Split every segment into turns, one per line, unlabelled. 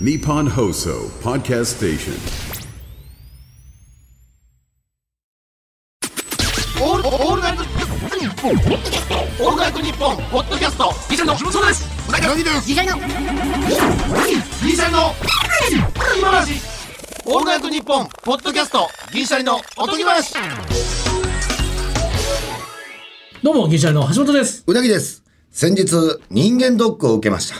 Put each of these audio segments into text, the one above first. Nippon Hoso Podcast Station.
オールオールナイトニッポンオールナイトニッポンポッドキャストギシャリのそうです何ですギシャリのギシャリの今話オールナイトニッポンポッドキャストギシャリのおとぎ話
どうも、銀シャリの橋本です。
うなぎです。先日、人間ドックを受けました。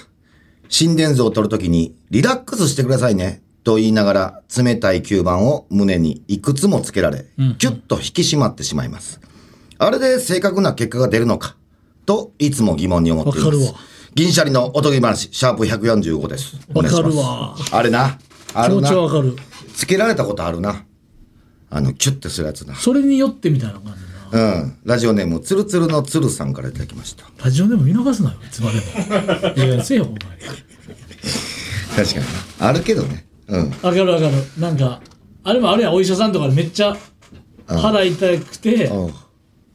心電図を取るときに、リラックスしてくださいね、と言いながら、冷たい吸盤を胸にいくつもつけられ、キュッと引き締まってしまいます。あれで正確な結果が出るのか、といつも疑問に思っていま
わか
す。
るわ
銀シャリのおとぎ話、シャープ145です。お
わ
願い
か
し
る
ま
わ
す。あれな。あ
気
る
持
な
ち。はわかる。
つけられたことあるな。あの、キュッてするやつな。
それによってみたいな感じだな。
うん。ラジオネーム、つるつるのつるさんからいただきました。
ラジオでも見逃すなよ、いつまで も。いや、せえよ、お前。
確かにねあるけどねうん
わかるわかる。なんか、あれもあれやん、お医者さんとかでめっちゃ腹痛くて、
おう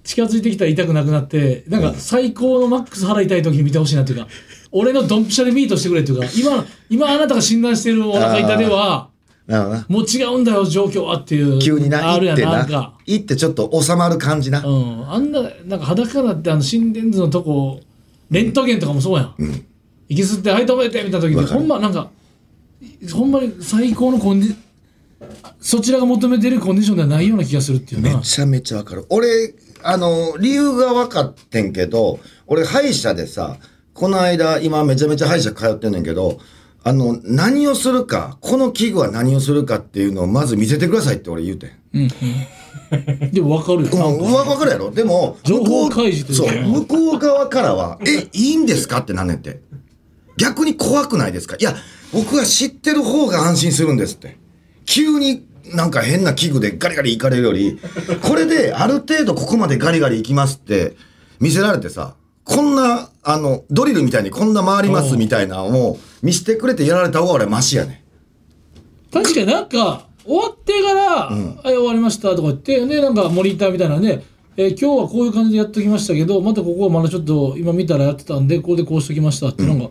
近づいてきたら痛くなくなって、なんか最高のマックス腹痛い時に見てほしいなっていうか、俺のドンピシャでミートしてくれっていうか、今、今あなたが診断してるお腹痛では、
なるほどな
もう違うんだよ、状況はっていう。
急にな
あ
行
るや
っ
ん
て
なんか
な。行ってちょっと収まる感じな、
うん、あんな、なんか裸だって、あの心電図のとこ、レントゲンとかもそうやん。息吸って、はい、止めてみたいな時に、
わかる
ほんま、なんか、ほんまに最高のコンディ、そちらが求めてるコンディションではないような気がするっていう
め
な。
ちゃめちゃわかる俺あの理由が分かってんけど俺歯医者でさこの間今めちゃめちゃ歯医者通ってんねんけどあの何をするかこの器具は何をするかっていうのをまず見せてくださいって俺言うてん
でも分かるよ。
うん、わ分かるやろでも
情報
向こう
開示と
そ
いうか
う向こう側からは「えいいんですか?」ってなんねんって逆に怖くないですかいや僕は知ってる方が安心するんですって急になんか変な器具でガリガリいかれるよりこれである程度ここまでガリガリいきますって見せられてさこんなあのドリルみたいにこんな回りますみたいなのを見せてくれてやられた方が俺はマシやね
確かになんか、終わってから、はい、終わりましたとか言って、ね、なんかモニターみたいなね、えー今日はこういう感じでやっときましたけど、またここはまだちょっと今見たらやってたんで、ここでこうしときましたって、なんか、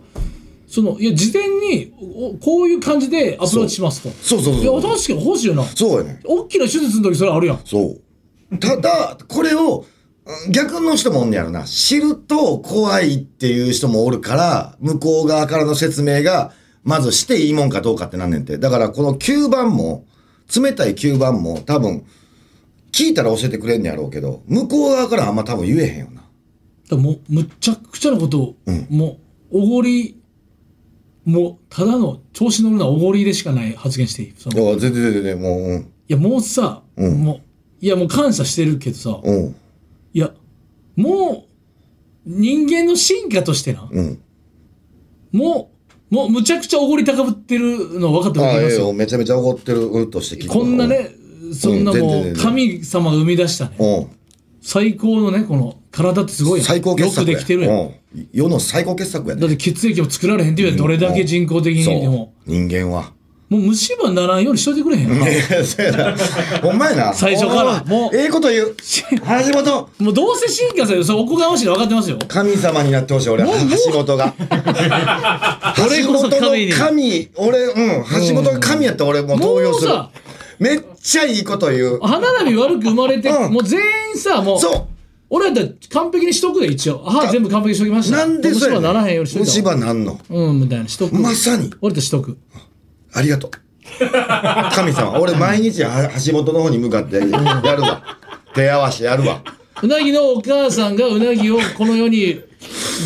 その、いや、事前に、おこういう感じでアプローチしますと。
そうそうそう
いや、確かに欲しいよな。
そうやねん
大きな手術の時それあるやん。
そう。ただ、これを、うん逆の人もおんねやろな。知ると怖いっていう人もおるから、向こう側からの説明が、まずしていいもんかどうかってなんねんて。だから、この吸盤も、冷たい吸盤も、多分、聞いたら教えてくれんねやろうけど、向こう側からあんま多分言えへんよな。
だからもうむっちゃくちゃなことを、もうおごりもうただの調子乗るのはおごりでしかない発言していいそのい
いや、全然全然全然、もう、うん
やもうさ、
うん
もういやもう感謝してるけどさ、い
うん、
やもう人間の進化としてな、
うん。
もうもうむちゃくちゃおごり高ぶってるの分かって
あ
るわ
あ、
け
え
で
え
す
よ。
よ
めちゃめちゃ怒ってる、うっとして聞く
こんな。ねそんな
うん全然
もう
全然
神様が生み出したね
うん。
最高のねこの体ってすごいやん
最高傑作や。
よくできてるやん
うん。世の最高傑作や
だっ
ね。
て血液も作られへんっていうやんどれだけ人工的に
そ
でも
う。人間は。
もう虫歯ならんようにしといてくれへん。
そうやなほんまやな。
最初からも
も
う
う。ええこと言う。橋本。
もうどうせ進化する。それおこがましいの分かってますよ。
神様になってほしい、俺。
もう
橋
もう
本が。
俺
橋
こ
本
そ神に
の神。俺、うん。橋本が神やったら俺もう動揺する
もうさ。
めっちゃいいこと言う。
歯並び悪く生まれて、
うん
もう全員さ、もう。
そう
俺だったら完璧にしとくで、一応。歯全部完璧にしときました。
なんでそ
虫
れ
歯ならへんようにしとい
虫
たわ
歯なんの。
うん、みたいな。しとく。
まさに。
俺としとく。
ありがとう。神様。俺毎日は橋本の方に向かってやるわ。手合わせやるわ。
うなぎのお母さんがうなぎをこの世に、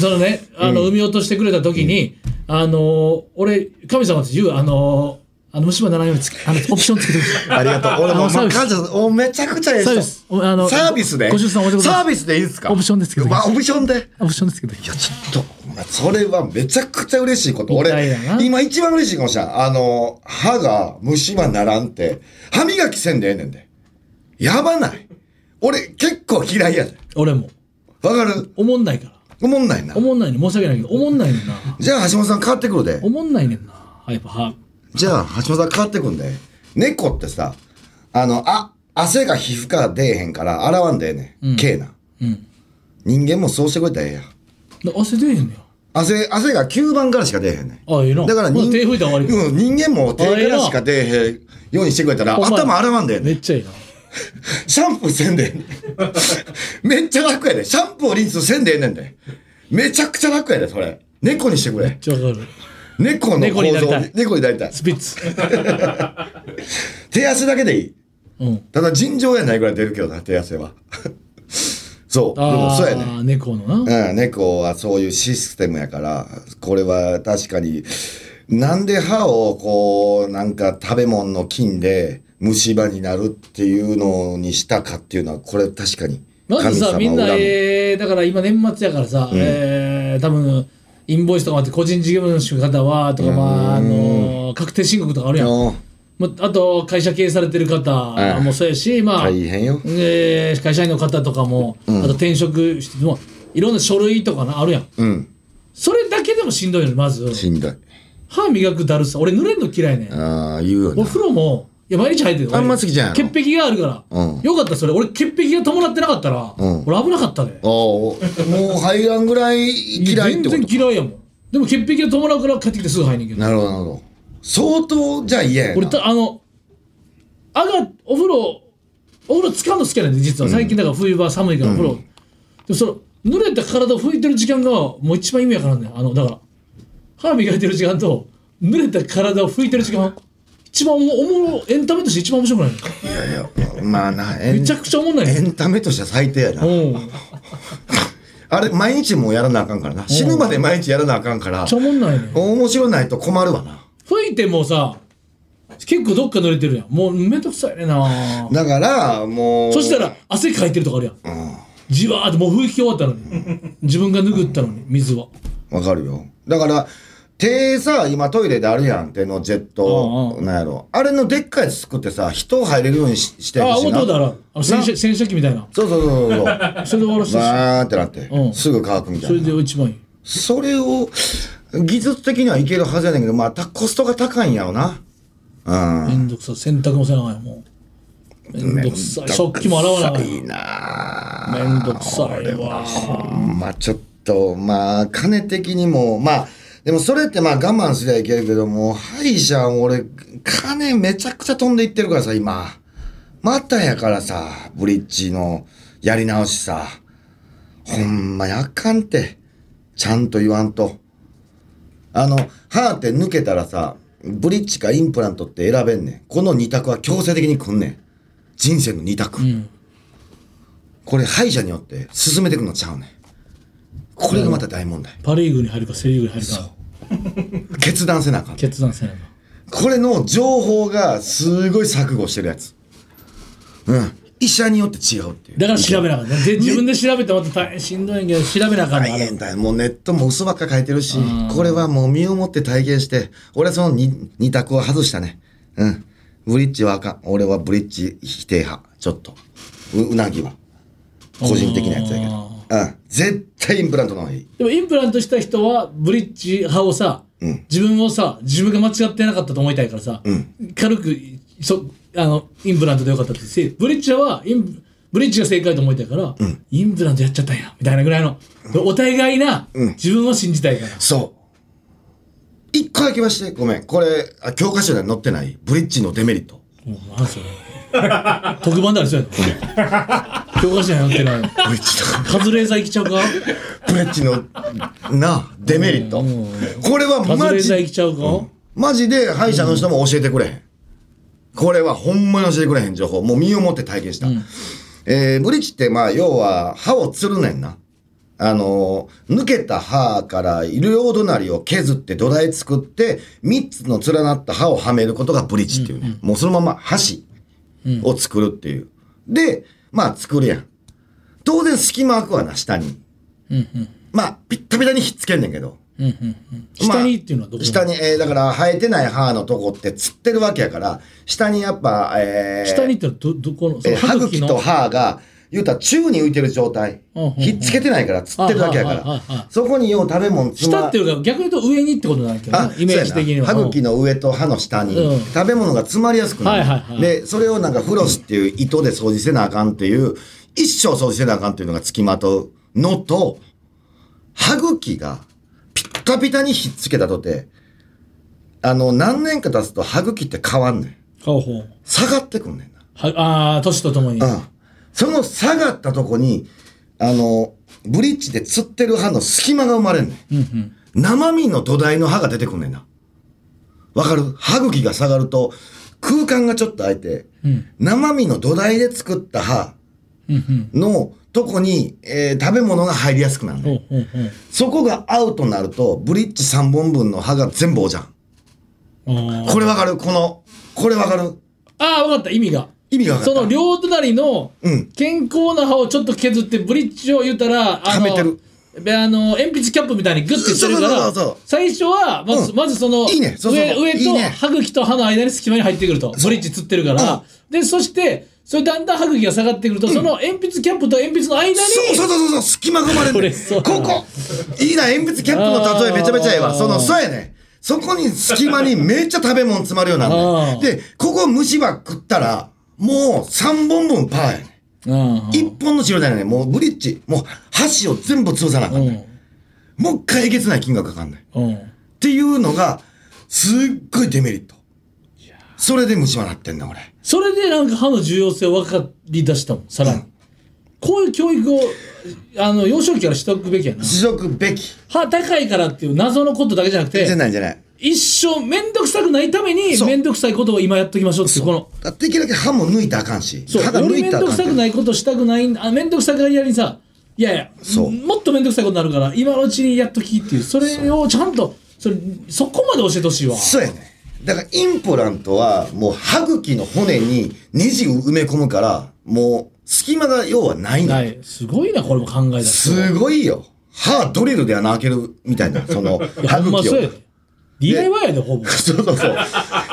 そのね、あの、産み落としてくれた時に、あのー、俺、神様って言う、あのー、あの、虫歯ならんようにつけ、あの、オプションつけてくれた。
ありがとう。俺も
あ
う
サー
感
ビス
謝する。おめちゃくちゃええ人
サービスおあの
サービスで。
ご出産おめでとうございます
サービスでいいですか
オプションですけど
まあオプションで。
オプションですけど。いや、
ちょっと、お前それはめちゃくちゃ嬉しいこと。
みたい
俺
やな、
今一番嬉しいかもしれん。あの、歯が虫歯ならんって、歯磨きせんでええねんで。やばない。俺結構嫌いやで。
俺も。
わかる
おもんないから。
おもんないな
お。もんないね申し訳ないけど、おもんないねんな。
じゃあ橋本さん変わってくるで
お。もんないねんな。やっぱは。
じゃあ橋本さん変わってくんで。猫ってさ、あの、あ、汗が皮膚から出えへんから洗わんでええねん。けえな。
うん。
人間もそうしてくれたらええやん。
で汗出えへんのよ。
汗、汗が吸盤からしか出えへんねん。
あええな
だから
ほな手拭いたら終わりか
うん、人間も手からしか出えへんようにしてくれたら、
ほんまや
頭洗わんでええね
め
ん
っちゃいいな
シャンプーせんでええ ねんめっちゃ楽やで。シャンプーリンスせんでええねんで。めちゃくちゃ楽やで、それ。猫にしてくれ。
じゃあわかる
猫の構
猫になり
造
たい
猫になりたい。
スピッツ
手汗だけでいい。
うん
ただ尋常やないぐらい出るけどな、手汗は。 そう、でも
あ
そうやねん。
あ猫のな
うん、猫はそういうシステムやから、これは確かに、なんで歯をこう、なんか食べ物の菌で虫歯になるっていうのにしたかっていうのは、これ確かに。
まずさ、みんな、
恨む
えーだから今年末やからさ、えー多分インボイスとかもあって、個人事業主の方は、とか、まあ、あのー確定申告とかあるやん。
うん
まあと、会社経営されてる方もそうやし、まあ、
大変よ。
えー会社員の方とかも、あと転職しても、いろんな書類とかな、あるやん。
うん、
それだけでもしんどいのよ、まず。
しんどい。
歯磨くだるさ。俺、濡れんの嫌いね。
ああ、言うよ
お
ね。
風呂も、いや、毎日入ってるよ
あんま好きじゃん
潔癖があるから。
うん
よかった、それ。俺、潔癖が伴ってなかったら、
うん
俺危なかったね。
ああ、もう入らんぐらい嫌いってこ
全
と
然嫌いやもんでも潔癖が伴うから帰ってきてすぐ入んねんけど
なるほど、なるほど。相当、じゃあ嫌や
俺
な。
たあのあがお風呂お風呂使うの好きなんで実は最近だから冬場寒いからお風呂、でもその濡れた体を拭いてる時間がもう一番意味わからんねんあのだから歯磨いてる時間と濡れた体を拭いてる時間一番おもおもろエンタメとして一番面白くない
いやいや、まあな、エ
め
ン
ちゃくちゃおもんない
エ
ねん
ンタメとしては最低やな。
うん
あれ、毎日もうやらなあかんからな。死ぬまで毎日やらなあかんから
めっち、ゃおもんないねん
面白ないと困るわな。
拭いてもさ結構どっか濡れてるやんもうめんどくさいねんな
だから、もう。
そしたら、汗かいてるとかあるやん。じわーってもう吹き終わったのに。自分が拭ったのに、水は。
わかるよ。だから、手さ、今トイレであるやん、手のジェッ
う
ト
ん、
なんやろ。あれのでっかいやつ作ってさ、人入れるようにしして
あ
ほ
あ、
しい
音
な。
だろ。あの洗車洗車機みたいな。
そうそうそうそう。
それで終わ らせてし
バーってなって、
うん
すぐ乾くみた
それ
い
で
な。
一番いい。
それを、技術的にはいけるはずやねんけど、まあ、たコストが高いんやろな。うん。
めんどくさい。洗濯もせなあかんやん、もう。めんどくさい。食器も洗わなあかん
い
や
いなあ
ん。めんどくさいわ。
まあちょっと、まあ、金的にも、まあ、でもそれってまあ我慢すりゃいけるけども、歯医者、俺、金めちゃくちゃ飛んでいってるからさ、今。またやからさ、ブリッジのやり直しさ。ほんまにあかんって。ちゃんと言わんと。あの、歯って抜けたらさ、ブリッジかインプラントって選べんねん。この二択は強制的に来んねん。人生の二択。
うん。
これ歯医者によって進めていくのちゃうねんこれがまた大問題
パリーグに入るか、セリーグに入るか、
決断せなあかん
決断せなあかん。
これの情報がすごい錯誤してるやつうん医者によって違うっていう
だから調べなあかんね。で、自分で調べてまた大変しんどいんやけど、調べなあか
大
んねんあれ
変だよもうネットも嘘ばっか書いてるしこれはもう身をもって体験して俺はその二二択を外したねうんブリッジはあかん俺はブリッジ否定派ちょっとううなぎは個人的なやつやけどうん絶対インプラントの方がいい
でもインプラントした人はブリッジ派をさ、自分をさ自分が間違ってなかったと思いたいからさ、軽くそあのインプラントでよかったってせブリッジ派はインブリッジが正解と思いたいから、インプラントやっちゃったんやみたいなぐらいのお互いな、自分を信じたいから
そう。一個だけはして、ごめん。これ、あ教科書には載ってない、ブリッジのデメリット。
もうなん それ特番でありそうやな教科書に載ってない
ブリッジの、
カズレーザー行きちゃうか
ブリッジの、なあ、デメリット。これは
カズレ
マ
ーザー行
ジ、
きちゃうか、
マジで歯医者の人も教えてくれへん。これはほんまに教えてくれへん情報。もう身をもって体験した。えーブリッジって、まあ、要は、歯をつるねんな。あのー抜けた歯から両隣を削って土台作って、3つの連なった歯をはめることがブリッジっていうね。もうそのまま箸を作るっていう。で、まあ作るやん。当然隙間空くわな、下に。まあ、ピッタピタにひっつけんねんけど。
下にっていうのはどこ
下に、えーだから生えてない歯のとこってつってるわけやから、下にやっぱ、えー
下にってのはどどこのそ
え
の
ー歯茎と歯が、言うたら宙に浮いてる状態
うんうんうん。
ひっつけてないから、つってるだけやか
はいはいはいはい
ら。そこによう食べ物つ
下
ま
っていうか逆に言うと上にってことなんだけど
あ
ねイメージ的には
そうやな歯茎の上と歯の下に、
うん
食べ物が詰まりやすくなる、
はいはいはい
でそれをなんかフロスっていう糸で掃除せなあかんっていう一生掃除せなあかんっていうのが付きまとうのと歯茎がピッピカピタにひっつけたとて、あの、何年か経つと歯茎って変わんねん。
ほうほう。
下がってくんねんな。
はああ、年とともに。
うん。その下がったとこに、あの、ブリッジでつってる歯の隙間が生まれんねん。
うんうん。
生身の土台の歯が出てくんねんな。わかる歯茎が下がると、空間がちょっと空いて、
うん
生身の土台で作った歯
うんうん。
のとこに、えー食べ物が入りやすくなるね
ほ
ん
うほうほう。
そこがアウトになると、ブリッジ3本分の歯が全部おじゃん。
あ
これわかるこの、これわかる
あー、わかった、意味が。
意味がわか
そ
った。
の両隣の
うん
健康な歯をちょっと削ってブリッジを言うたら、あ
は
の
めてる
であの鉛筆キャップみたいにグッてしてるか
そ
ら
うそうそうそう
最初はまず,、
うん
まずその
いいねそうそう
上上と
いいね
歯茎と歯の間に隙間に入ってくるとブリッジつってるから、
うん
でそしてそれだんだん歯茎が下がってくると、その鉛筆キャップと鉛筆の間に
そうそうそうそうそう、隙間が生まれ
こ
る
れ
ね
そう
ここいいな、鉛筆キャップの例えめちゃめちゃええ
あ
わ。
ー
その、そうやね。そこに隙間にめっちゃ食べ物詰まるようになん
あ
で。で、ここ虫歯食ったら、もう3本分パーやね。
うん
1本の治療だよね。もうブリッジ、もう箸を全部潰さなあか
うんん
ね。もう一回えげつない金額かかんない。
うん
っていうのが、すっごいデメリット。それで虫歯なってんだ、俺。
それでなんか歯の重要性を分かり出したもんさらに、
うん
こういう教育をあの幼少期からしておくべきやな
試食べき。
歯高いからっていう謎のことだけじゃなくて
じゃないじゃない。
一生面倒くさくないために
そう
面倒くさいことを今やっときましょうっていうこの
だってできるだけ歯も抜いたらあかんし。
そう
歯が
よ
抜
り
い
面
た
倒
ら
く
あ
さ
か
く
ん。
ないことしたくないあ面倒くさがりやりにさいやいや
そう
もっと面倒くさいことになるから今のうちにやっときっていうそれをちゃんとそれそこまで教えてほしいわ
そうやね。だからインプラントはもう歯茎の骨にネジを埋め込むから、もう隙間が要はない
は
の。
いすごいなこれも考えだ
すごいよ。歯ドリルで穴開けるみたいな、そ の
いや
歯
ほんま
茎
そうや
を
で。DIY やでほぼ
そうそうそう。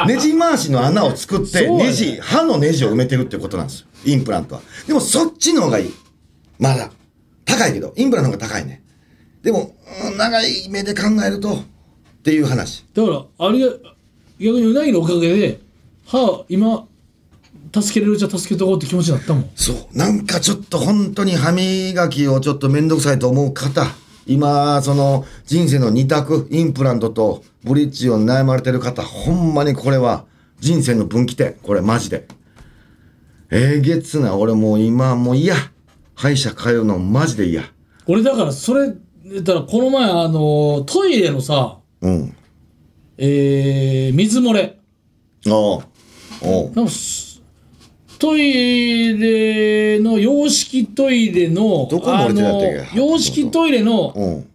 ネジ回しの穴を作っ
そう
て、
やね
ネジ、歯のネジを埋めてるってことなんですよ。インプラントは。でもそっちの方がいい。まだ。高いけど、インプラントの方が高いね。でも、うん長い目で考えると、っていう話。
だからあれが逆にうなぎのおかげで歯今助けれるじゃ助けとこうって気持ちになったもん
そう。なんかちょっと本当に歯磨きをちょっとめんどくさいと思う方。今、その人生の二択、インプラントとブリッジを悩まれてる方、ほんまにこれは人生の分岐点。これマジで。えげつない。俺もう今もう嫌。歯医者通うのマジで嫌。
俺だからそれだからこの前あのトイレのさ
うん。
えー、水漏れ
おうおう
なんかすトイレの洋式トイレの
どこ漏れてたんだっけ
あの洋式トイレの
うん。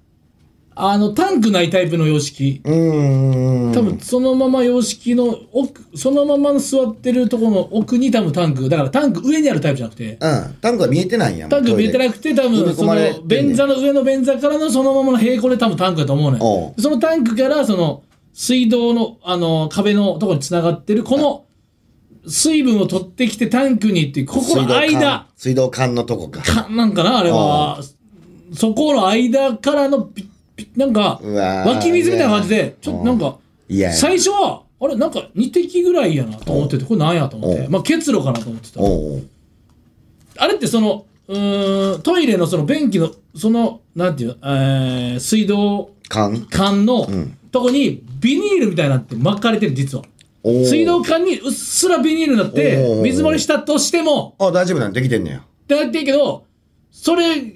あのタンクないタイプの洋式
うーん。
多分そのまま洋式の奥そのまま座ってるところの奥に多分タンクだからタンク上にあるタイプじゃなくて
うん。タンクは見えてないんや。
タンク見えて
い。
なくて、多
埋め
分
込
そ
まれ
の
てんねん
便座の上の便座からのそのままの平行で多分タンクだと思うの
お
よ。そのタンクからその水道のあの壁のとこに繋がってる、この水分を取ってきてタンクにっていう、ここ
水道
の
管
間、。
水道管のとこか。
かなんかな、あれは。そこの間からのピッピッ、なんか
うわー
湧き水みたいな感じで、ちょっとなんか、
いやいや
最初は、あれなんか2滴ぐらいやなと思ってて、これなんやと思って、
お
まあ結露かなと思ってた。
おうおう
あれってその、うーん、トイレのその便器の、その、なんていうの、えー、水道
管
管のとこにビニールみたいなのって巻かれてる、実は。
おー
水道管にうっすらビニールになっ
お
て
ー、
水漏れしたとしても、
あ、大丈夫なんできてんねや。
ってやってるけど、それ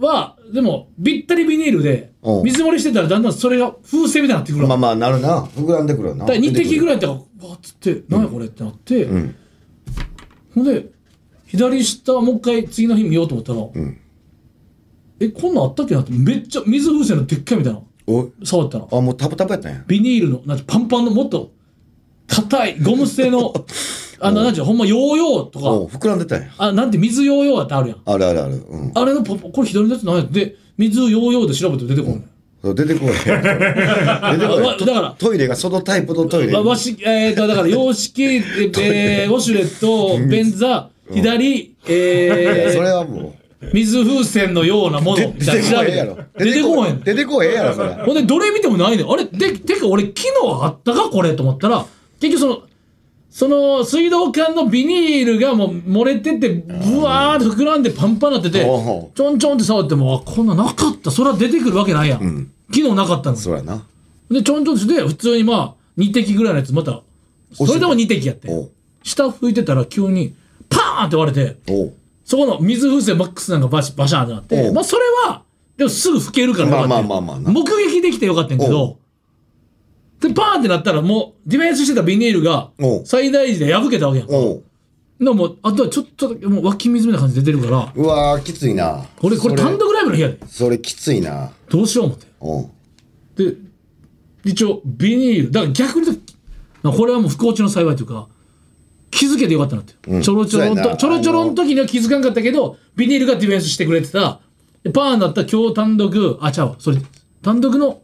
は、でも、びったりビニールで
お、う
水漏れしてたらだんだんそれが風船みたいになってくる
ま
わ
あまあ、なるな。膨らんでくるよな。
だから2滴ぐら
い。
いだったら、わっつって、なんやこれってなって、
ん
ほんで、左下、もう一回次の日見ようと思ったら、え、こんなんあったっけなって、めっちゃ水風船のでっかいみたいな、
お
触ったら、
あ、もうタプタプやったんや。
ビニールの、なんてパンパンの、もっと硬い、ゴム 製の、あの、なんていうのほんまヨーヨー
お
と
う膨らんでたんや。
か、あ、なんて水ヨーヨーってあるやん。
あるあるある。うん。
あれのポポ、これ左のやつ何やで、水ヨーヨーで調べても出てこない。
そう出て こい。出てこ
わ
い。
だから
トイレがそのタイプのトイレ。
わわし、えー、と、だから、洋式、え ー、ウォシュレット、便座、左、え
それ
ー、
はも
水風船のようなもの、み
う。出
たい
てこ
な調
い
べ
ええや
て
ろ。
出てこへん。
出てこいええやろ、それ。
ほんで、どれ見てもないのよあれで、てか、俺、昨日あったかこれと思ったら、結局、その、その、水道管のビニールがもう漏れてて、ブワーって膨らんでパンパンになってて、
おう
ちょんちょんって触っても、あ、こんななかった。それは出てくるわけないやん。昨日なかったのに
そうやな。
でちょんちょんして普通にまあ2滴ぐらいのやつまたそれでも2滴やって
おう
下拭いてたら急にパーンって割れて
おう
そこの水風船マックスなんかバシバシャンってなっ
お
て
う
まあそれはでもすぐ拭けるからよかったよ
まあまあまあまあな
目撃できてよかったんやけどでパーンってなったらもうディフェンスしてたビニールが
おう
最大時で破けたわけやん
おう
でもうあとはちょっとだけもう湧き水みたいな感じで出てるから
うわー、きついな。
これこれ
そ
単独ライブの日やで
それきついな。
どうしよう思って
おう
で一応ビニールだから逆に言うとこれはもう不幸中の幸いというか気づけてよかったなって、ちょろちょろん
そうやな
とちょろちょろん時には気づかんかったけどビニールがディフェンスしてくれてたでパーンだったら今日単独あちゃうわそれ単独の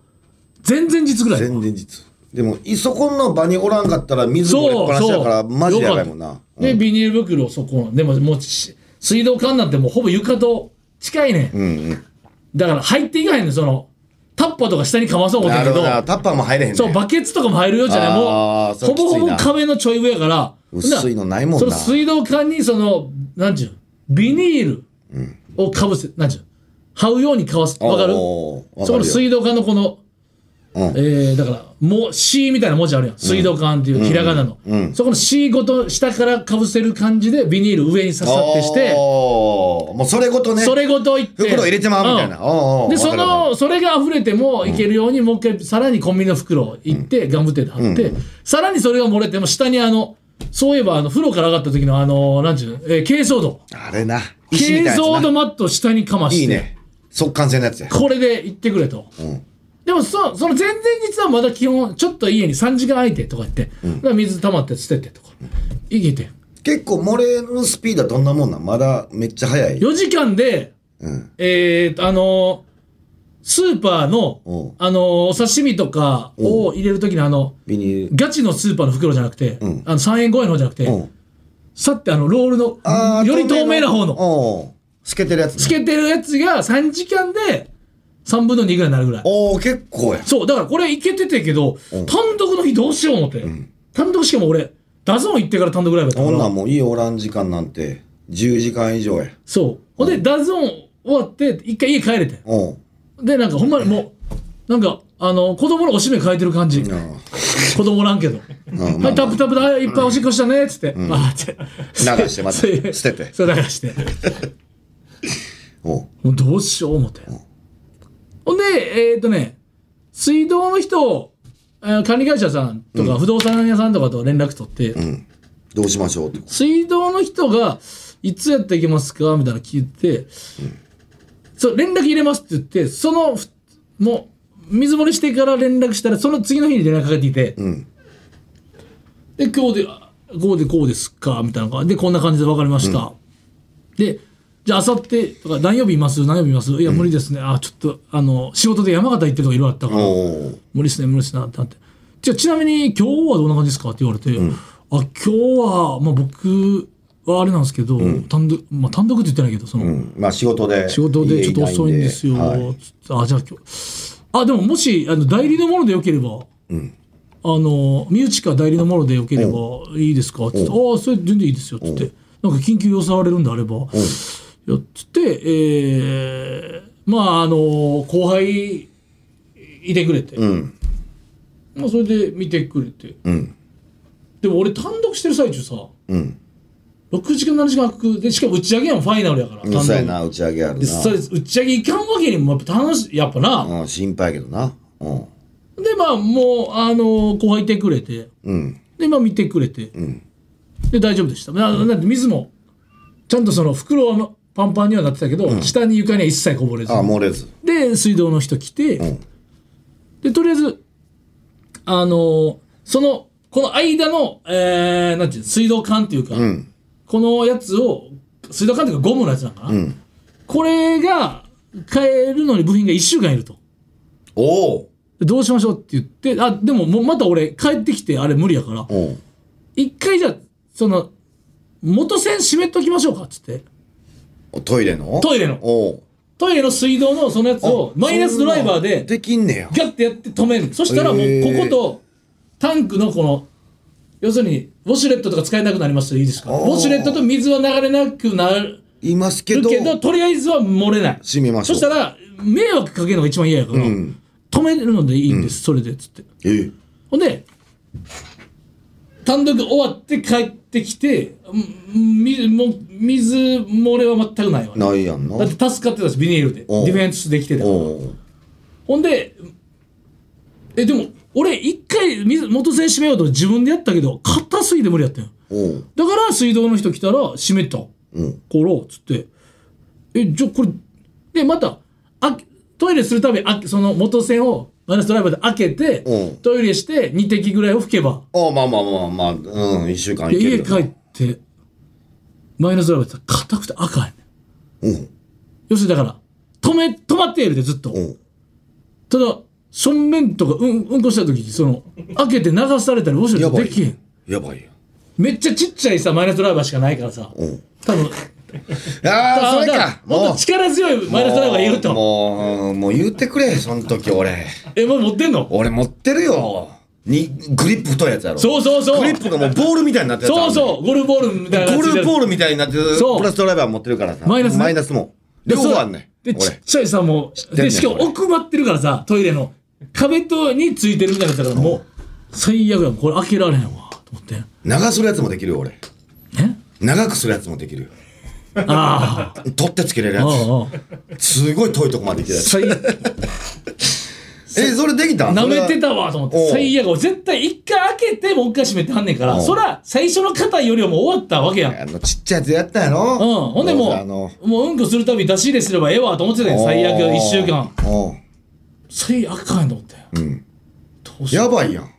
前々日ぐらい
前日。でも、いそこの場におらんかったら水漏れっぱなしだから、マジでやばいもん
よか
な
っ。たで、ビニール袋をそこでももうし水道管なんてもうほぼ床と近いね、んだから入っていかへんねんそのタッパーとか下にかまそう思った
な
け
る
ど
ほどな。タッパーも入れへんねん。
そう、バケツとかも入るよじゃない。も
あー
う、
それ
ほ
きつい
ぼ
な
ほぼ壁のちょい上やから。
薄いのないもんな
その水道管に、その、なんちゅうの、ビニールをかぶせ、なんちゅうの、這うようにかわす。わかる
おーわかる
そこ
よ
の水道管のこの、
うん
えー、だから、もう、C みたいな文字あるやん。水道管っていうひらがなの。そこの C ごと下からかぶせる感じで、ビニール上に刺さってして、
おーもうそれごとね。
それごといって。
袋入れてまうみたいな
うん
おうおう
で、
わか
そ
るわか
の、それが溢れてもいけるように、もう一回、さらにコンビニの袋行って、ガムテープ貼って、さらにそれが漏れても、下にあの、そういえば、あの、風呂から上がった時の、あの、なんちゅうの、えー、珪藻土。
あれな。石みたい
珪
なや
藻
つな
土マットを下にかまして。
いいね。速乾性のやつや。
これで行ってくれと。でもそ、その前々日はまだ基本、ちょっと家に3時間空いてとか言って、だから水溜まって捨ててとか、行けて。
結構漏れるスピードはどんなもんなんまだめっちゃ早い。
4時間で、
うん。
えーと、あのースーパー
おう
の、あのーお刺身とかを入れるときのあの、
ビニール。
ガチのスーパーの袋じゃなくて、
ん
あの3円5円の方じゃなくて、
うん。
さってあの、ロールの、
あー
より透明な方の、
おう透けてるやつね。
つけてるやつが3時間で3分の2ぐらいになるぐらい。
おお結構や。
そう、だからこれいけててけど、単独の日どうしよう思って。単独しかも俺、ダゾーン行ってから単独ライブやった
こ
か
んな
ら。
んもう家おらん時間なんて10時間以上や。
そう。ほんで、ダゾーン終わって、一回家帰れて。
おう
で、なんかほんまにもう、なんか、あの、子供のおしめ変えてる感じ。
あ
子供おらんけど。
あ
はい、タップタップだ、はいいっぱいおしっこしたね、つって。あーって。
流してまた
そういう
捨てて
そう、流して。
おう
もうどうしよう思って。ほんで、えっ、とね、水道の人を、えー管理会社さんとか不動産屋さんとかと連絡取って、
どうしましょうって。
水道の人が、いつやっていけますかみたいなの聞いて、そう、連絡入れますって言って、その、ふもう、水漏れしてから連絡したら、その次の日に連絡かかってきて、
ん
で、今日で、あこうでこうですかみたいな感じで、こんな感じで分かりました。で、じゃあ、あさってとか、何曜日います何曜日いますいや、無理ですね。あ、ちょっと、あの、仕事で山形行ってるとかいろいろあったから、
おう
無理ですね無理ですなってなってじゃあちなみに今日はどんな感じですかって言われて、あ今日は、まあ、僕はあれなんですけど、単独まあ単独って言ってないけどその、
うんまあ仕事で。
仕事でちょっと遅いんですよ、
家いないんではい
つってあじゃあ今日あでももしあの代理のものでよければ、あの身内か代理のものでよければいいですかつってああそれ全然いいですよつってなんか緊急要請われるんであればよつってえーまああの後輩いてくれて、
ん
まあ、それで見てくれて、でも俺単独してる最中さ、
ん
6時間7時間空くでしかも打ち上げやんファイナルやから
う
単
ん
独
そうやな、打ち上げある
で
な。
そうです打ち上げいかんわけにもやっぱ楽しいやっぱな、
うん、心配やけどな。うん。
でまあもうあの後輩いてくれて
うん。
でまあ見てくれて、で大丈夫でしたなだって水もちゃんとその袋のパンパンにはなってたけど、下に床には一切こぼれず
あ、漏れず。
で水道の人来て、でとりあえずあのそのこの間の、えー、なんていうの水道管っていうか、このやつを水道管っていうかゴムのやつなんかな、これが買えるのに部品が1週間いると
おお
でどうしましょうって言ってあでももうまた俺帰ってきてあれ無理やから
おう
一回じゃあその元栓閉めときましょうかっつって
おトイレの
トイレの
おう
トイレの水道のそのやつをマイナスドライバー
そんな
で
んできんねや。
ガッてやって止めるそしたらもう
へー
こことタンクのこの要するにウォシュレットとか使えなくなりますよいいですかウ
おー
ォシュレットと水は流れなくなる
いますけ
け
ど。
どとりあえずは漏れない
閉めましょ
そうしたら迷惑かけるのが一番嫌やから、止めるのでいいんです、それで、つって。
ええ
ほんで、単独終わって帰ってきて、うんみも水漏れは全くないわ。
ないやんな
だって助かってたし、ビニールで。デ
おう
ィフェンスできてたから。
おう
ほんで、え、でも、俺、一回、水元栓閉めようと自分でやったけど、硬すぎて無理やったんよ。
おう
だから、水道の人来たら、閉めた。
うん
頃、つって、え、じゃ、これ、で、また、あトイレするたび、あその元栓を、マイナスドライバーで開けて
うん、
トイレして、2滴ぐらいを拭けば、
ああまあまあまあまあうん1週間
で
いける
家
よ
帰って、マイナスドライバーって硬くて赤やねん。
うん
要するにだから、止め、止まってやるで、ずっと。
うん
ただ、正面とか、うん、うんこした時に、その、開けて流されたり、ウォシュレッ
や
ト
ば
できへ
い
ん。
やばいやん
めっちゃちっちゃいさ、マイナスドライバーしかないからさ、
うん
多分、
ああそれか
だ
ら
もっと力強いマイナスドライバーいると。
もうもうもう言うてくれその時俺
え、もう持ってんの
俺持ってるよにグリップ太いやつやろ
そうそうそう
グリップがもうボールみたいになってるやつあん
そ
ね
うんそう、ゴルフボールみたいな
ゴルフボー
ル
ルみたいになってる
そう
プラスドライバー持ってるからさ
マイナスね
マイナスも両方あんねん
で、ちっちゃいさ、もう、
てんね
で、
ん
しかも
これ
奥まってるからさ、トイレの。壁とについてるみたいなやつだから、もう、最悪や、これ開けられへんわ、と思って。
長するやつもできるよ俺
ね
長くするやつもできるよ
ああ、
取ってつけれるや
ああ、
つすごい遠いとこまで行けるやつ
最
えそれできたん
舐めてたわと思って
おう
最悪絶対一回開けてもう一回閉めてはんねんから
うん
そら最初の肩よりはもう終わったわけやんうん
あのちっちゃいやつやったんやろ
ほんでも
あの
うもううんこするたび出し入れすればええわと思ってたんや最悪1週間
おう
最悪かんと思って
うん
どうしよ
や
う
ばいやん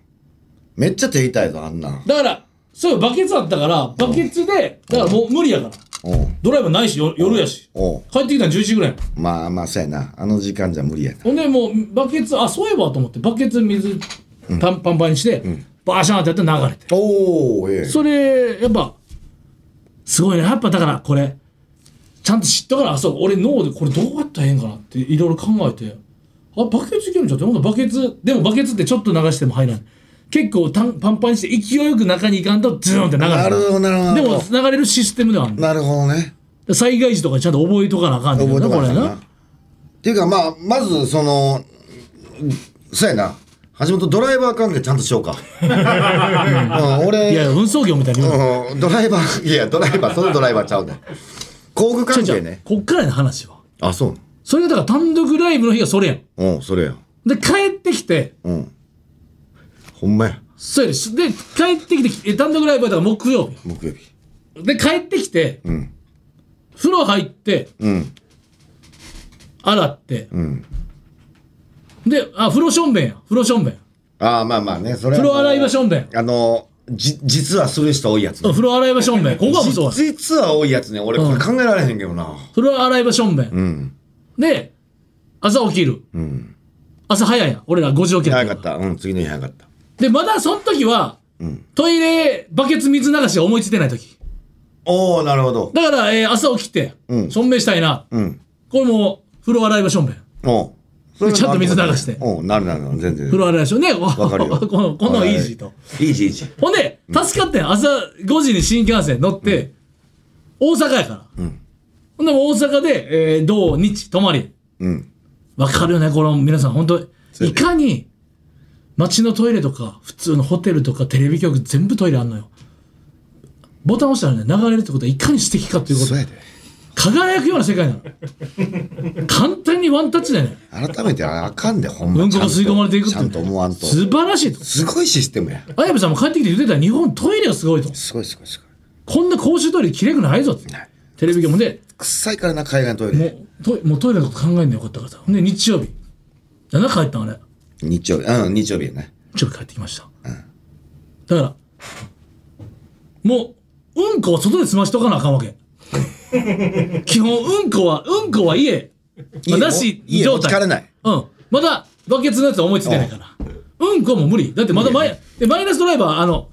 めっちゃ手痛いぞあんなん
だからそういうバケツあったからバケツでだからもう無理やから
おう
ドライバーないしよ夜やし
おう
帰ってきたの11時ぐらい
まあまあそうやなあの時間じゃ無理やな
ほんでもうバケツあそういえばと思ってバケツ水パンパンパンにしてバーシャンってやって流れて
おおええ
それやっぱすごいねやっぱだからこれちゃんと知ったからあそう俺脳でこれどうやったらええんかなっていろいろ考えてあバケツいけるんちゃうってほんとバケツでもバケツってちょっと流しても入らない結構たんパンパンにして勢いよく中に行かんとズーンって流れる
なるほどなるほど
でも流れるシステムではある
なるほどね
災害時とかちゃんと覚えとかなあかんねん
覚え
な
と
こ
かなあ
れ
かんな
な
っていうかまあまずそのうんそうやな橋本ドライバー関係ちゃんとしよ うか、うん、俺
いや運送業みたいに言うな
うん、ドライバーいやドライバーそのドライバーちゃうね工具関
じゃ
係
あ
ね
こっからの話は
あそう
それがだから単独ライブの日がそれやん
うんそれや
で帰ってきて
うんほんまや
そうやでしで帰ってきてえ単独ライブはだから木曜日
木曜日
で帰ってきて、
ん
風呂入って
うん
洗って、
ん
であ風呂しょんべんや風呂しょんべん
ああまあまあねそれは
風呂洗い場しょんべん
あのじ実はする人多いやつね、
風呂洗い場しょんべんここはもうそうや
じ実は多いやつね俺これ考えられへんけどな
風呂洗い場しょんべん、
うん
で朝起きる、
ん
朝早いやん俺ら5時起きや
早
ん
かったうん次の日早かった
でまだその時は、トイレバケツ水流しが思いついてない時
おおなるほど
だから、えー朝起きて、
うん
しょんべんしたいな、
うん
これもう風呂洗い場しょんべん
おうそ
ちゃんと水流して
おうなるなるなる全然
風呂洗い場しょんべんねわ
わかるよ
このこんなのイージーと。
いいじいいじ
ほんで、助かってん、朝5時に新幹線乗って、大阪やから。ほんで、もう大阪で、えー、土日泊まり。
うん
わかるよね、この皆さん、本当
うや
い
で
かに、街のトイレとか、普通のホテルとか、テレビ局、全部トイレあんのよ。ボタン押したらね、流れるってことはいかに素敵かっていうこと
そう。やで
輝くような世界なの。簡単にワンタッチだよね。
改めてあかんでほんま
うんこが吸い込まれていくって
ちゃんと思わんと
素晴らしいと。
すごいシステムや
綾部さんも帰ってきて言ってたら、日本トイレがすごいと。
すごいすごいすごい
こんな公衆トイレきれくないぞって。テレビ局もで、
臭いからな海外のトイ
も
レ
うトイもうトイレのこと考えんでよかったからさ。ほんで、日曜日。7帰ったのね。
日曜日うん日曜日やね
日曜日帰ってきました。だから、もう、うんこは外で済ましとかなあかんわ け。基本、うんこは、うんこは家。まあだし、
家
状
持ち帰
態。
れない
うん。まだ、バケツのやつは思いついてないから。うんこも無理。だってまだマイ、でマイナスドライバー、あの、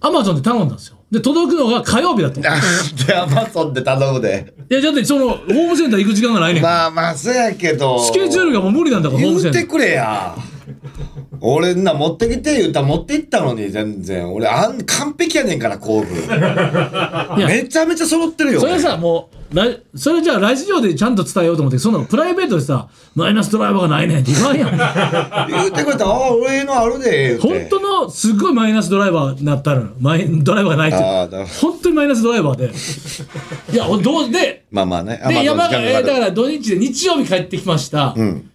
アマゾンで頼んだんですよ。で、届くのが火曜日だった。
なんでアマゾンで頼むで
いや、だってその、ホームセンター行く時間がないねん。
まあまあそうやけど
スケジュールがもう無理なんだから、ホー
言
ムセ
う
ンタ
て
ー。
くれや 俺んな持ってきて言うたら持って行ったのに全然俺あん完璧やねんから工具
いや
めちゃめちゃ揃ってるよ
それはさ、もう、ラジそれじゃあラジオでちゃんと伝えようと思ってそんなのプライベートでさマイナスドライバーがないねんって言わん やん
言うてくれたら、ああ、俺のあるで、言う
本
て。
当のすごいマイナスドライバーになったのマイドライバーがないって
ああだ
本当にマイナスドライバーで いや俺どうで
まあまあね。あま
で
あ
山
時間
が
かか
え
る
ーだから土日で日曜日帰ってきました、
うん。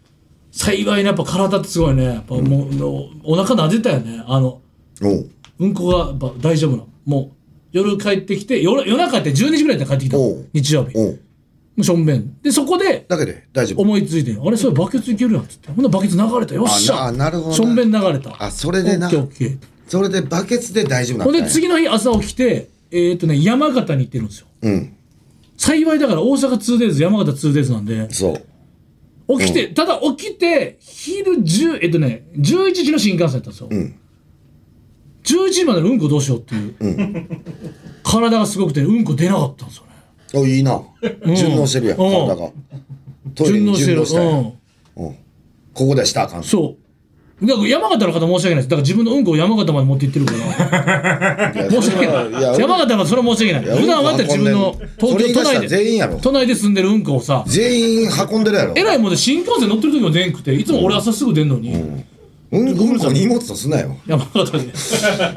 幸いねやっぱ体ってすごいねやっぱもう、のお腹なでたよねあの
おう
うんこがやっぱ大丈夫なのもう夜帰ってきて夜夜中やって12時ぐらいで帰ってきたの
おう
日曜日も
おう
うしょんべんでそこで
だけで大丈夫。
思いついてあれそれバケツいけるやんっつってほんならバケツ流れたよっしゃ
あななるほどな
しょんべん流れた
あそれでな
オッケーオッケー
それでバケツで大丈夫な
ほ
ん
ん
だ
で
ね
次の日朝起きてえーっ、とね山形に行ってるんですよ
うん。
幸いだから大阪 2days 山形 2days なんで
そう。
起きて、ただ起きて、昼10、えっとね、11時の新幹線だったんですよ。
ん
11時までのうんこどうしようっていう。体がすごくて、うんこ出なかったんですよね。
おいいな。順応してるやん、
うん
体が。トイレに順応したや。
うんん。
うんここでしたらあかん。
そう。だから山形の方申し訳ないです。だから自分のうんこを山形まで持って行ってる から。申し訳
い
ない。
や俺
山形がそれは申し訳ない。
や
普段はだって
うんこ運
自
んでんそ
分の
れ
東
言い出
京
し
都
た
内
ら全員やろ
で、都内で住んでるうんこをさ、
全員運んでるやろ。
えらいもんで新幹線乗ってる時も全くて、いつも俺朝すぐ出んのに、
うんこ、うんこ荷物とすなよ。
山形で。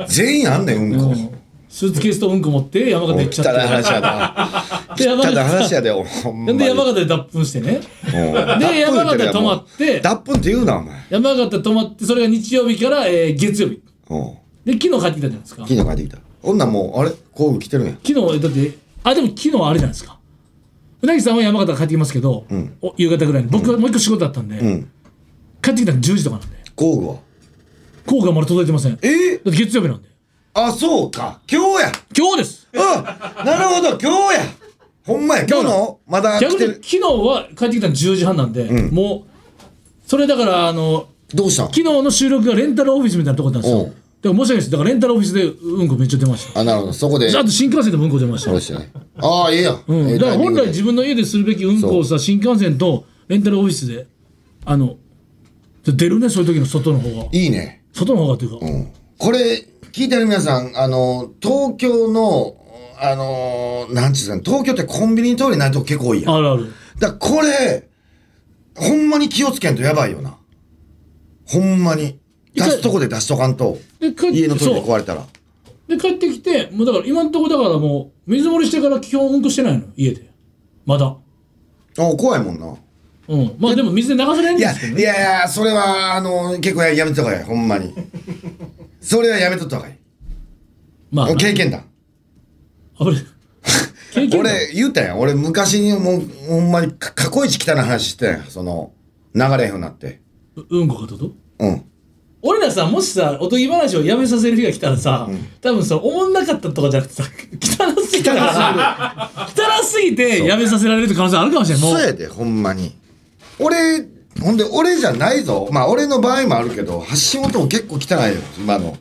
全員あんねん、うんこ。
スーツケースとうんこ持って山形行っちゃ
汚い
って。
話やな。
で
汚
山
い
形
話やで、おほんま
ん
に。
で山形で脱粉してね。
うん
で山
脱糞言うてる
形
やん
泊まって
脱糞って言うな、お前。
山形泊まって、それが日曜日から、えー月曜日。
うん
で、昨日帰ってきたじゃないですか。昨
昨日帰ってきた。女もう、あれ工具来てるんや。
日、だって、あ、でも昨日はあれじゃないですか。うなぎさんは山形から帰ってきますけど、お夕方ぐらいに。僕はもう一個仕事だったんで、
うん。
帰ってきたの10時とかなんで。
工具は。
効果がまだ届いてません。だって
え
月曜日なんで。
あ、そうか。今日や。
今日です
うん。なるほど、今日や。ほんまや、今日の、まだ来
逆に
て
昨
る。
日は帰ってきたの10時半なんで、もう、それだから、あの、
どうしたん
昨日の収録がレンタルオフィスみたいなとこだったんですよ。
うん
だから申し訳ないです。だからレンタルオフィスでうんこめっちゃ出ました。
あ、なるほど、そこで。
あと新幹線でもうんこ出ました。
そうですよね。ああ、ええやん。
うん
ええ
だか
タ
ら
イミン
本
グ
来
で
自分の家でするべきうんこをさ、新幹線とレンタルオフィスで、あの、出るね、そういう時の外の方が。
いいね。
外の方がというか、
うん。これ、聞いてる皆さん、あの、東京の、あの、なんちゅうんですかね、東京ってコンビニトイレないとこ結構多いやん。
あるある。
だからこれ、ほんまに気をつけんとやばいよな。ほんまに。出すとこで出しとかんと。
で、帰って
家のトイレ
そう
壊れたら。
で帰ってきて、もうだから今のところだからもう、水漏れしてから基本うんこしてないの、家で。まだ。
ああ、怖いもんな。
うん。まあでも水で流せないん
い
で
や、
すけど
い
ね。
やいや、それは、あの、結構ややめとった方がいい。ほんまに。それはやめとった方がいい。
まあ、
経験談。
あれ。 経験
俺言うたやん俺昔にもうほんまにか過去一汚い話してたやんその流れへんようになって
ううんこかとど
うん
俺らさもしさおとぎ話をやめさせる日が来たらさ、多分さおもんなかったとかじゃなくてさ 汚すぎたからさ汚すぎてやめさせられるって可能性あるかもしれないも
そう
う
やでほんまに俺ほんで俺じゃないぞまあ俺の場合もあるけど橋本も結構汚いよ今の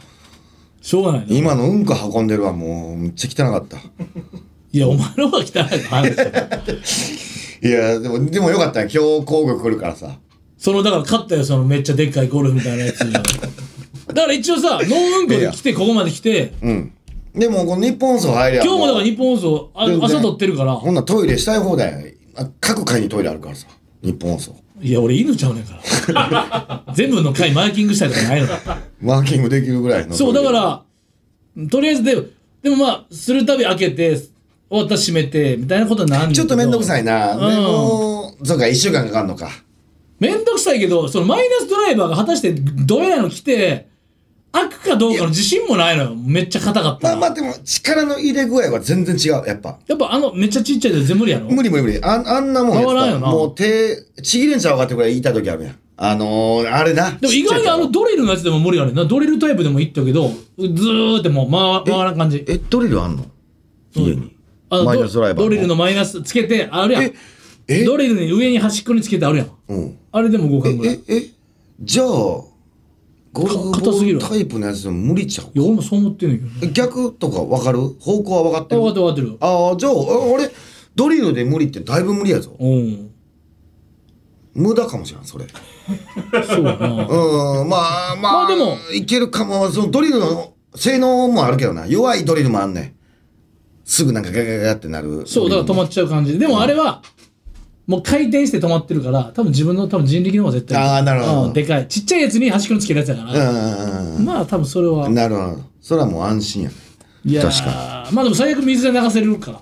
しょうがないない
今のうんこ運んでるわもうめっちゃ汚かった
やお前の方が汚いの話
いやでもでもよかったよ今日工具来るからさ
そのだから勝ったよそのめっちゃでっかいゴルフみたいなやつだから一応さノーうんこで来てここまで来て
うんでもこの日本放送入りゃ
今日もだから
う
日本放送あ
全然
朝撮ってるから
ほんならトイレしたい方だよあ各階にトイレあるからさ日本放送
いや俺犬ちゃうねんから 全部の回マーキングしたりとかないの
ワーキングできるぐらいの
そう、
ト
だ
イレ
から、とりあえずで、でもまあ、するたび開けて、終わったら閉めて、みたいなことになん
ちょっとめんどくさ
い。
いな。で
うん
もう、そうか、一週間かかんのか。
めんどくさいけど、そのマイナスドライバーが果たしてどうやらの来て、開くかどうかの自信もないのよ。めっちゃ硬かった
ま
ら。
あまあ、でも、力の入れ具合は全然違う、やっぱ。
やっぱあの、めっちゃちっちゃいで全部無理やろ。
無理無理無理。あんあんなもんやった
回らんよ
ら、
な
もう手、ちぎれんちゃうかってくらい言いたい時あるやん。あのー、あれな。
でも意外にあの
ちっちゃい
ドリルのやつでも無理やねんな。ドリルタイプでもいったけど、ずーってもう回回らん感じ。
頃え、ドリルあんの家に。
あの
マイナスドライバーの
ドリルのマイナスつけてあるやん。
え
ドリルに上に端っこにつけてあるやん。
うん。
あれでも合格ぐらい。
え
い、
え、じゃあ、ゴルフボ
か硬すぎ
ー
る
ルタイプのやつでも無理ちゃう
や、俺もそう思ってんねんけどね。
え逆とかわかる方向は分かってる
分かってる分かってる。
ああ、じゃあ、あ俺、ドリルで無理ってだいぶ無理やぞ。
うん。
無駄かもしれん、それ。
そうやな。
うん、まあまあ、
まあでも
いけるかも、そのドリルの性能もあるけどな、弱いドリルもあんねん。すぐなんかガガガガってなる。
そう、だから止まっちゃう感じ。でもあれは、もう回転して止まってるから、多分自分の多分人力の方が絶対。
あーなるほど
うんでかい。ちっちゃいやつに端っこにつけるやつだから。
う
まあ多分それは。
ん。なるほど。それはもう安心やね。
いやー
確
まあでも最悪水で流せるから。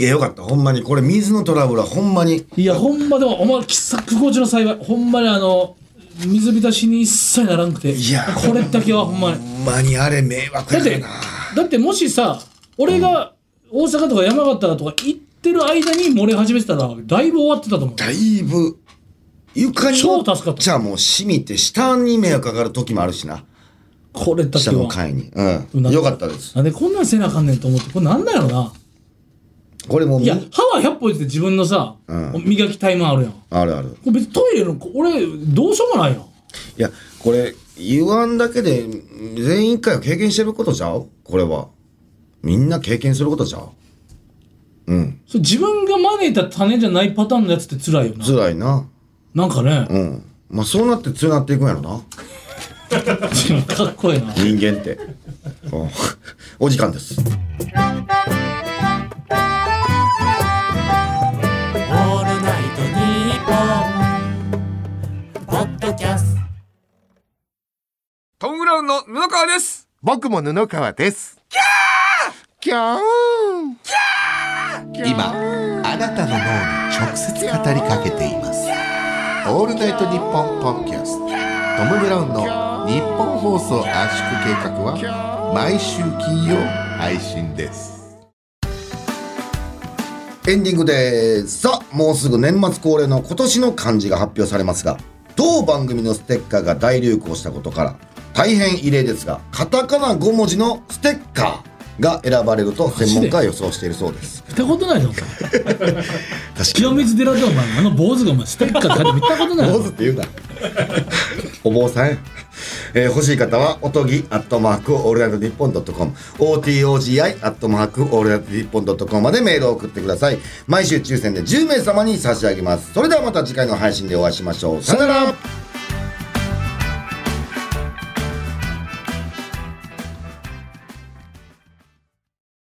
いや、よかった。ほんまに。これ水のトラブルはほんまに。
いや、ほんまでも、お前、喫茶不幸中の幸い。ほんまにあの、水浸しに一切ならんくて。
いや
これだけはほんまに。
ほんまにあれ迷惑
だ
や
っ
か
て
らな。、
だってもしさ、俺が大阪とか山形とか行ってる間に漏れ始めてたら、だいぶ終わってたと思う。
だいぶ、床に
超助かった
じゃあもう染みて、下に迷惑かかる時もあるしな。
これだけ
下の
は。
階に。うん。よかったです。
なんでこんなんせなあかんねんと思って、これなんだろうな。
これもう
いや、歯は100歩行って自分のさ、
うん
磨きタイムあるやん。こ
あるある。
れ別にトイレの、こ俺、どうしようもないやん。
いや、これ、言わんだけで、全員一回は経験してることちゃうこれは。みんな経験することちゃううん。
それ自分が招いた種じゃないパターンのやつって辛いよな。
辛いな。
なんかね、
うん。まあ、そうなって強なっていくんやろな。
かっこいいな。
人間って。うん お時間です。
「オールナイトニッポン」「ポッドキャスト」
トム・ブラウンの布川です
僕も布川です。キャーキャー
今あなたの脳に直接語りかけていますオールナイトニッポンポッドキャストトム・ブラウンの日本放送圧縮計画は毎週金曜配信です
エンディングです。さあ、もうすぐ年末恒例の今年の漢字が発表されますが、当番組のステッカーが大流行したことから、大変異例ですが、カタカナ5文字のステッカーが選ばれると専門家は予想しているそうです。
見たことないぞ、お前。清水寺でお前、あの坊主がお前、ステッカーで見たことない
坊
よ
主って言うな。お坊さんや。えー欲しい方は、おとぎ、アットマーク、オールナイトニッポンドットコム、OTOGI、アットマーク、オールナイトニッポンドットコムまでメールを送ってください。毎週抽選で10名様に差し上げます。それではまた次回の配信でお会いしましょう。さよなら